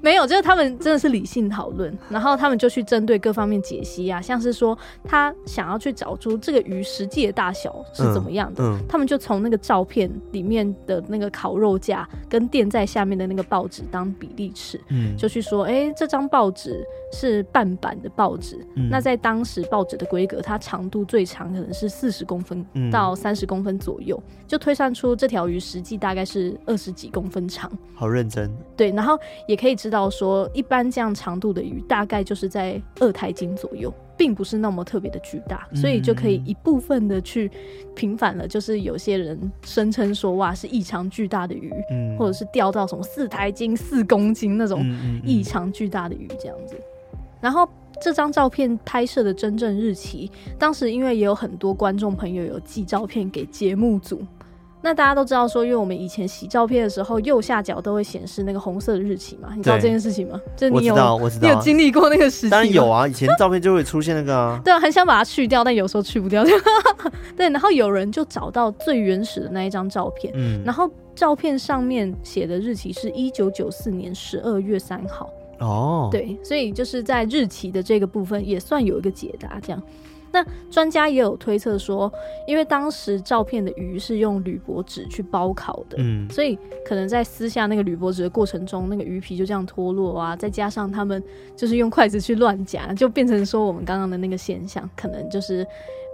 A: 没有，就是他们真的是理性讨论，然后他们就去针对各方面解析啊，像是说他想要去找出这个鱼实际的大小是怎么样的，
B: 嗯
A: 他们就从那个照片里面的那个烤肉架跟垫在下面的那个报纸当比例尺，
B: 嗯，
A: 就去说，哎、这张报纸是半版的报纸，
B: 嗯
A: 那在当时报纸的规格，它长度最长可能是四十公分
B: 嗯
A: 到三十公分左右，就推算出这条鱼实际大概是二十几公分长。
B: 好认真，
A: 对，然后也可以知道说，一般这样长度的鱼大概就是在二台斤左右，并不是那么特别的巨大，所以就可以一部分的去平反了。就是有些人声称说，哇，是异常巨大的鱼，
B: 嗯，
A: 或者是哦钓到什么四台斤、四公斤那种
B: 嗯嗯嗯
A: 异常巨大的鱼这样子。然后这张照片拍摄的真正日期，当时因为也有很多观众朋友有寄照片给节目组。那大家都知道说，因为我们以前洗照片的时候，右下角都会显示那个红色的日期嘛，你知道
B: 对
A: 这件事情吗？就是
B: 我
A: 你
B: 知
A: 有
B: 道，我知
A: 你有
B: 道，
A: 经历过那个时期吗？ [laughs]
B: 当然有啊，以前照片就会出现那个啊，
A: 对啊，很想把它去掉，但有时候去不掉。 [laughs] 对，然后有人就找到最原始的那一张照片，
B: 嗯，
A: 然后照片上面写的日期是一九九四年十二月三号。
B: 哦，，
A: 对，所以就是在日期的这个部分也算有一个解答。这样，那专家也有推测说，因为当时照片的鱼是用铝箔纸去包烤的。
B: 嗯，
A: 所以可能在撕下那个铝箔纸的过程中，那个鱼皮就这样脱落啊，再加上他们就是用筷子去乱夹，就变成说我们刚刚的那个现象，可能就是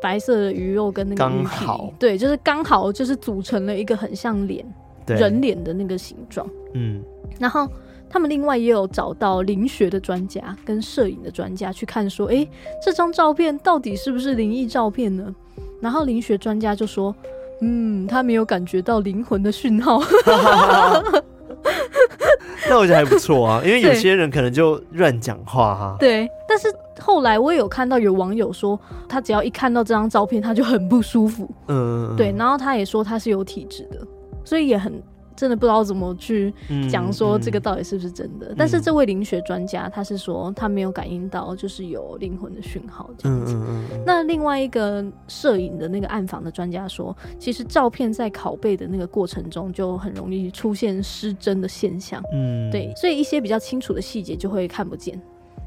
A: 白色的鱼肉跟那个鱼
B: 刚
A: 皮
B: 好，
A: 对，就是刚好就是组成了一个很像脸
B: 对，
A: 人脸的那个形状。
B: 嗯，
A: [laughs]
B: [laughs]
A: 然后他们另外也有找到灵学的专家跟摄影的专家去看，说，诶，这张照片到底是不是灵异照片呢？然后灵学专家就说，嗯，他没有感觉到灵魂的讯号， [laughs]
B: 那我觉得还不错啊，因为有
A: 对
B: 些人可能就乱讲话哈，
A: 对。但是后来我也有看到有网友说，他只要一看到这张照片，他就很不舒服，
B: 嗯，
A: 对。然后他也说他是有体质的，所以也很真的不知道怎么去
B: 嗯
A: 讲说这个
B: 嗯
A: 到底是不是真的。但是这位灵学专家他是说他没有感应到就是有灵魂的讯号这样
B: 嗯
A: 子。
B: 嗯嗯嗯，
A: 那另外一个摄影的那个暗访的专家说，其实照片在拷贝的那个过程中就很容易出现失真的现象，
B: 嗯，
A: 对，所以一些比较清楚的细节就会看不见。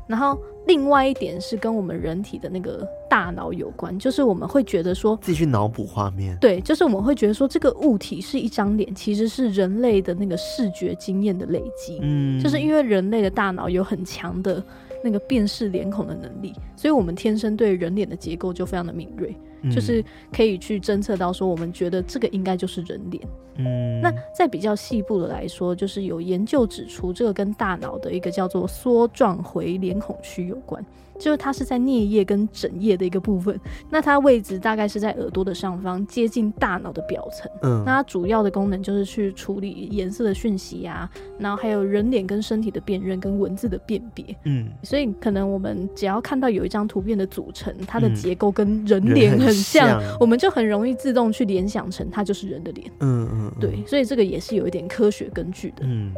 A: 然后另外一点是跟我们人体的那个大脑有关，就是我们会觉得说，
B: 自己去脑补画面，
A: 对，就是我们会觉得说这个物体是一张脸，其实是人类的那个视觉经验的累积。
B: 嗯，
A: 就是因为人类的大脑有很强的那个辨识脸孔的能力，所以我们天生对人脸的结构就非常的敏锐，
B: 嗯
A: 就是可以去侦测到说我们觉得这个应该就是人脸。
B: 嗯，
A: 那在比较细部的来说，就是有研究指出，这个跟大脑的一个叫做梭状回脸孔区有关，就是它是在颞叶跟枕叶的一个部分，那它位置大概是在耳朵的上方，接近大脑的表层。
B: 嗯，
A: 那它主要的功能就是去处理颜色的讯息啊，然后还有人脸跟身体的辨认跟文字的辨别。
B: 嗯，
A: 所以可能我们只要看到有一张图片的组成，它的
B: 嗯
A: 结构跟人脸很像，
B: 人很像
A: 我们就很容易自动去联想成它就是人的脸。
B: 嗯嗯，嗯
A: 对，，所以这个也是有一点科学根据的。
B: 嗯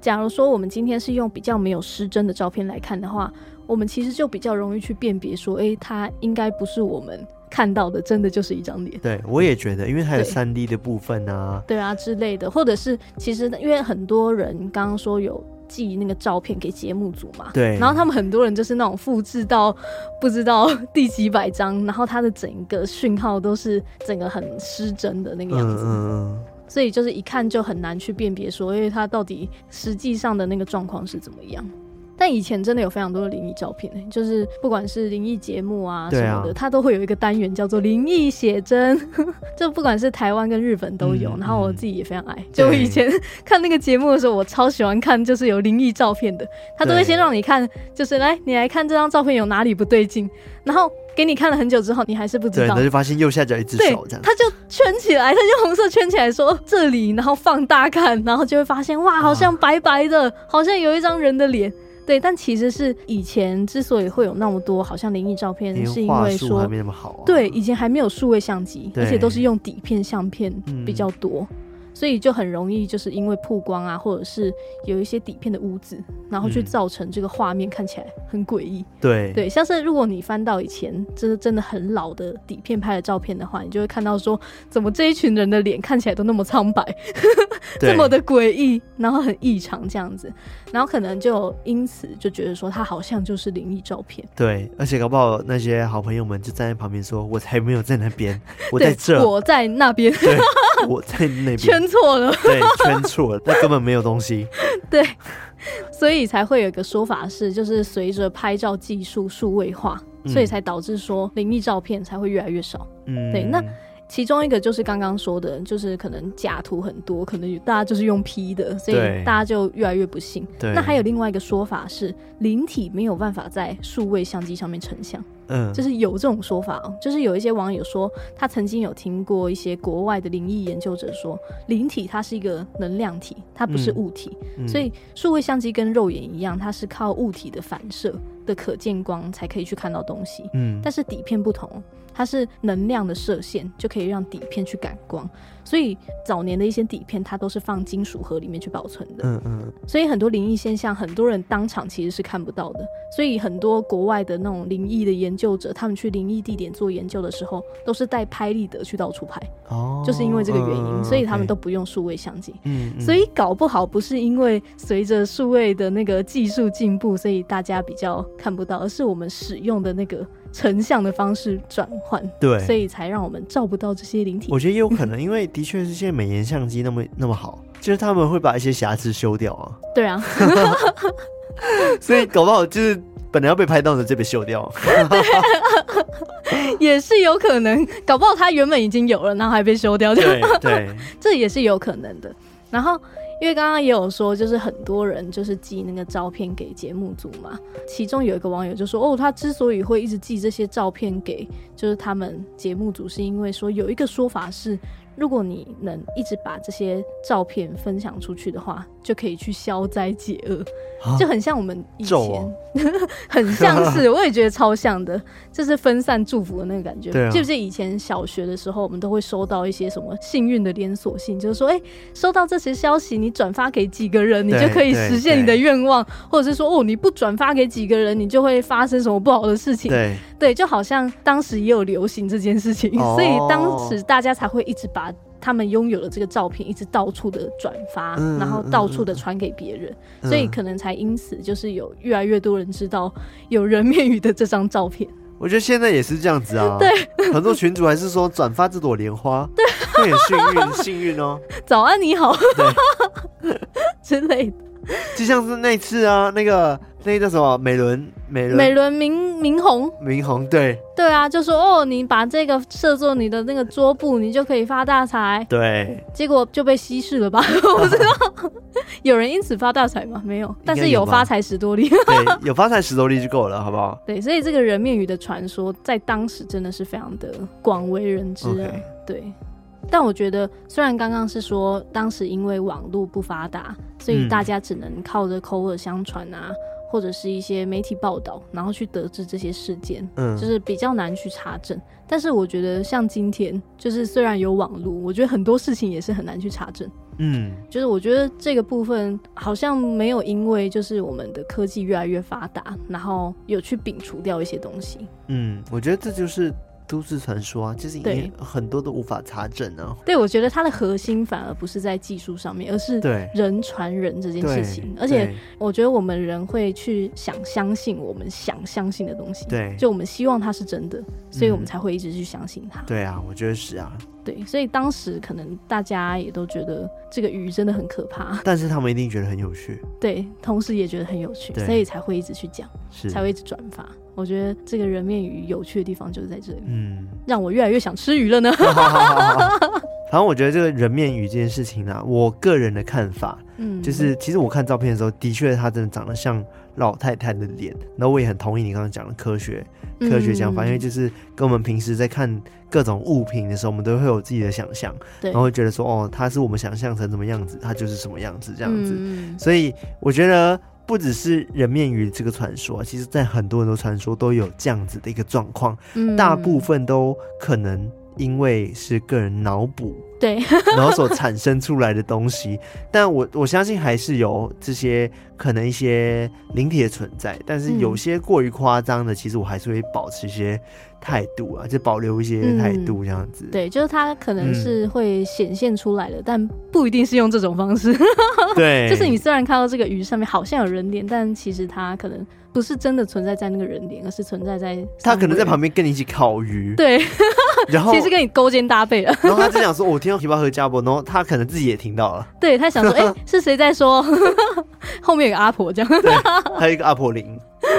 A: 假如说我们今天是用比较没有失真的照片来看的话，我们其实就比较容易去辨别说，诶，它应该不是我们看到的，真的就是一张脸。
B: 对，我也觉得，因为它有
A: 对
B: 三 D 的部分啊，
A: 对啊之类的，或者是其实因为很多人刚刚说有寄那个照片给节目组嘛，
B: 对
A: 然后他们很多人就是那种复制到不知道 [laughs] 第几百张，然后它的整个讯号都是整个很失真的那个样
B: 嗯
A: 子，
B: 嗯
A: 所以就是一看就很难去辨别说，因为它到底实际上的那个状况是怎么样。但以前真的有非常多的灵异照片、就是不管是灵异节目啊什
B: 对啊
A: 么的，它都会有一个单元叫做灵异写真， [laughs] 就不管是台湾跟日本都有。
B: 嗯
A: 然后我
B: 嗯
A: 自己也非常爱，就我以前看那个节目的时候，我超喜欢看，就是有灵异照片的，他都会
B: 对
A: 先让你看，就是来你来看这张照片有哪里不对劲，然后给你看了很久之后，你还是不
B: 嗯，对，
A: 知道
B: 那。就发现右下角一只
A: 对
B: 手这，样，
A: 他就圈起来，他就红色圈起来说这里，然后放大看，然后就会发现哇，好
B: 啊
A: 像白白的，好像有一张人的脸。对，但其实是以前之所以会有那么多好像灵异照片，
B: 连
A: 是因
B: 话
A: 为
B: 术还
A: 说
B: 没那么好啊，
A: 对以前还没有数位相机，
B: 对
A: 而且都是用底片相片
B: 嗯
A: 比较多。所以就很容易就是因为曝光啊，或者是有一些底片的污渍，然后去
B: 嗯
A: 造成这个画面看起来很诡异。
B: 对
A: 对，像是如果你翻到以前真的真的很老的底片拍的照片的话，你就会看到说，怎么这一群人的脸看起来都那么苍白，
B: 对
A: 这么的诡异，然后很异常这样子，然后可能就因此就觉得说，它好像就是灵异照片。
B: 对，而且搞不好那些好朋友们就站在旁边说：“我才没有在那
A: [laughs]
B: 边，我
A: 对
B: 在这，
A: 我在那
B: [laughs]
A: 边 [laughs]
B: 对，我在那边，
A: 圈错了，
B: 对，圈错了，那根本没有东西。
A: 对， [laughs] 所以才会有一个说法是，就是随着拍照技术数位化，
B: 嗯
A: 所以才导致说灵异照片才会越来越少。”
B: 嗯，
A: 对那其中一个就是刚刚说的，就是可能假图很多，可能大家就是用 P 的，所以
B: 对
A: 大家就越来越不信。
B: 对，
A: 那还有另外一个说法是，灵体没有办法在数位相机上面成像，
B: 嗯，
A: 就是有这种说法哦。就是有一些网友说，他曾经有听过一些国外的灵异研究者说，灵体它是一个能量体，它不是
B: 嗯
A: 物体，
B: 嗯
A: 所以数位相机跟肉眼一样，它是靠物体的反射的可见光才可以去看到东西。
B: 嗯，
A: 但是底片不同，它是能量的射线就可以让底片去感光，所以早年的一些底片它都是放金属盒里面去保存的，
B: 嗯嗯
A: 所以很多灵异现象很多人当场其实是看不到的，所以很多国外的那种灵异的研究者，他们去灵异地点做研究的时候，都是带拍立得去到处拍，
B: 哦，
A: 就是因为这个原
B: 嗯
A: 因，所以他们都不用数位相机。
B: 嗯，嗯
A: 所以搞不好不是因为随着数位的那个技术进步，所以大家比较看不到，而是我们使用的那个成像的方式转换，
B: 对，
A: 所以才让我们照不到这些灵体
B: 我。觉得也有可能，因为的确是现在美颜相机那么那么好，就是他们会把一些瑕疵修掉啊，
A: 对啊，
B: 所以搞不好就是本来要被拍到的就被
A: [laughs]
B: 修
A: [laughs]
B: 掉。啊
A: 也是有可能，搞不好它原本已经有了，然后还被修掉，
B: 对对，
A: 这也是有可能的。然后，因为刚刚也有说，就是很多人就是寄那个照片给节目组嘛，其中有一个网友就说，哦，他之所以会一直寄这些照片给就是他们节目组，是因为说有一个说法是，如果你能一直把这些照片分享出去的话，就可以去消灾解厄。
B: 啊
A: [laughs] 就很像我们以前，
B: 咒哦
A: [laughs] 很像
B: [laughs]
A: 是，我也觉得超像的，就是分散祝福的那个感觉。
B: 对啊
A: 记不记得以前小学的时候，我们都会收到一些什么幸运的连锁信，就是说，哎、收到这些消息，你转发给几个人，你
B: 对
A: 就可以
B: 对
A: 实现你的愿望，或者是说，哦，你不转发给几个人，你就会发生什么不好的事情。
B: 对
A: 对，就好像当时也有流行这件事情，
B: 哦
A: 所以当时大家才会一直把他们拥有的这个照片一直到处的转发，
B: 嗯
A: 然后到处的传给别人，
B: 嗯
A: 所以可能才因此就是有越来越多人知道有人面鱼的这张照片。 [laughs]
B: 我觉得现在也是这样子啊。对，很多群主还是说转发这朵莲花，对，会很幸运，幸
A: [laughs]
B: 运哦。
A: 早安你好
B: 对，
A: [laughs] 之类的，
B: 就像是那次啊，那个那个叫什么美伦美
A: 美
B: 伦
A: 轮明明红，
B: 明宏，对
A: 对啊，就说哦，你把这个设作你的那个桌布，你就可以发大财，
B: 对，
A: 结果就被稀释了吧？ [laughs] 我不知道，有人因此发大财吗？没有，但是有
B: 吧
A: 发财十多利。
B: [laughs] 对，有发财十多粒就够了，好不好？
A: 对，所以这个人面鱼的传说在当时真的是非常的广为人知啊。
B: OK
A: 对，但我觉得虽然刚刚是说当时因为网络不发达，所以
B: 嗯
A: 大家只能靠着口耳相传啊，或者是一些媒体报道，然后去得知这些事件，
B: 嗯，
A: 就是比较难去查证。但是我觉得像今天，就是虽然有网络，我觉得很多事情也是很难去查证。
B: 嗯，
A: 就是我觉得这个部分好像没有因为就是我们的科技越来越发达，然后有去摒除掉一些东西。
B: 嗯，我觉得这就是都市传说啊，就是
A: 对
B: 你很多都无法查证啊。
A: 对我觉得它的核心反而不是在技术上面，而是
B: 对，
A: 人传人这件
B: 对
A: 事情。而且
B: 对
A: 我觉得我们人会去想相信我们想相信的东西，
B: 对
A: 就我们希望它是真的，所以我们
B: 嗯
A: 才会一直去相信它。
B: 对啊，我觉得是啊，
A: 对，所以当时可能大家也都觉得这个鱼真的很可怕， [laughs]
B: 但是他们一定觉得很有趣，
A: 对，同时也觉得很有趣，
B: 对
A: 所以才会一直去讲。
B: 是
A: 才会一直转发。我觉得这个人面鱼有趣的地方就是在这里，
B: 嗯。
A: 让我越来越想吃鱼了呢。
B: [laughs] 反正我觉得这个人面鱼这件事情呢、啊我个人的看法
A: 嗯，
B: 就是，其实我看照片的时候，的确她真的长得像老太太的脸。然后我也很同意你刚刚讲的科学
A: 嗯
B: 科学想法，因为
A: 就
B: 就是跟我们平时在看各种物品的时候，我们都会有自己的想象，
A: 对
B: 然后会觉得说，哦，它是我们想象成什么样子，它就是什么样子
A: 这
B: 这样子。
A: 嗯
B: 所以我觉得不只是人面鱼这个传说，其实在很多很多传说都有这样子的一个状况，
A: 嗯
B: 大部分都可能因为是个人脑补， [laughs]
A: 对， [laughs]
B: 然后所产生出来的东西。 [laughs] 但我我相信还是有这些可能一些灵体的存在，但是
A: 嗯
B: 有些过于夸张的，其实我还是会保持一些态度啊，就保留一些态度这样子。
A: 对，就是它可能是会显现出来的，但不一定是用这种方式。
B: 嗯 [laughs] 对，
A: 嗯就是你虽然看到这个鱼上面好像有人脸，但其实它可能不是真的存在在那个人脸，而是存在在
B: 他可能在
A: 边。
B: 旁边跟你一起烤鱼，
A: [laughs] 对，
B: 然后
A: 其实跟你勾肩搭背了。
B: 然后他就想说，我听到提巴和加伯，然后他可能自己也听到了，
A: 对他想
B: [laughs]
A: 说，哎、是谁在说？ [laughs] 后面有个阿婆这样。
B: 还有一个阿婆林，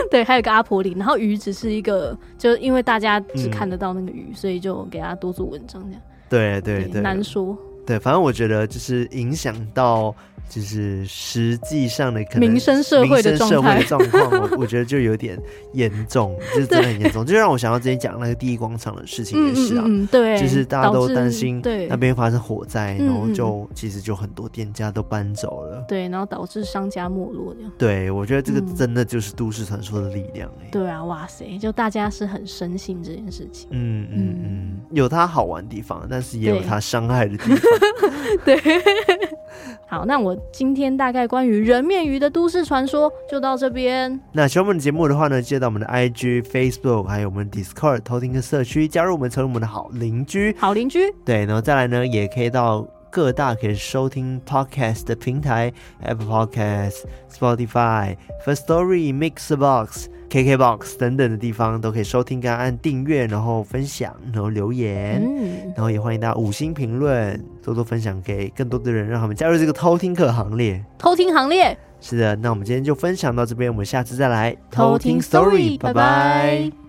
A: 对，还有个阿婆林，然后鱼只是一
B: 嗯
A: 个，就是因为大家只看得到那个鱼，所以就给他多做文章这样。
B: 对对对，
A: 难说。
B: 对，反正我觉得就是影响到就是实际上的可能
A: 民生社会的
B: 民生
A: 状
B: 社会
A: 态
B: 的状况，
A: [laughs]
B: 我我觉得就有点严重，就是真的很严重，就让我想到之前讲那个第一广场的事情也是啊。
A: 嗯，对，
B: 就是大家都
A: 导致
B: 担心
A: 对
B: 那边发生火灾，然后
A: 嗯嗯
B: 就、其实就很多店家都搬走了。
A: 对，然后导致商家没落这样。
B: 对，我觉得这个
A: 嗯
B: 真的就是都市传说的力量、欸。
A: 对啊，哇塞，就大家是很深信这件事
B: [laughs]
A: 情。
B: 嗯嗯
A: 嗯
B: 嗯，有它好玩的地方，但是也有
A: 对
B: 它伤害的地方。
A: 对， [laughs] 好，那我今天大概关于人面鱼的都市传说就到这边。
B: 那喜欢我们的节目的话呢，记得到我们的 IG、Facebook，还有我们的 Discord 偷听的社区，加入我们，成为我们的好邻居。
A: 好邻居，
B: 对，然后再来呢，也可以到各大可以收听 Podcast 的平台，Apple Podcast、Spotify、First Story、Mixbox、KKBox 等等的地方都可以收听，跟按订阅，然后分享，然后留言。
A: 嗯，
B: 然后也欢迎大家五星评论，多多分享给更多的人，让他们加入这个偷听课行列。
A: 偷听行列，
B: 是的，那我们今天就分享到这边，我们下次再来
A: 拜拜。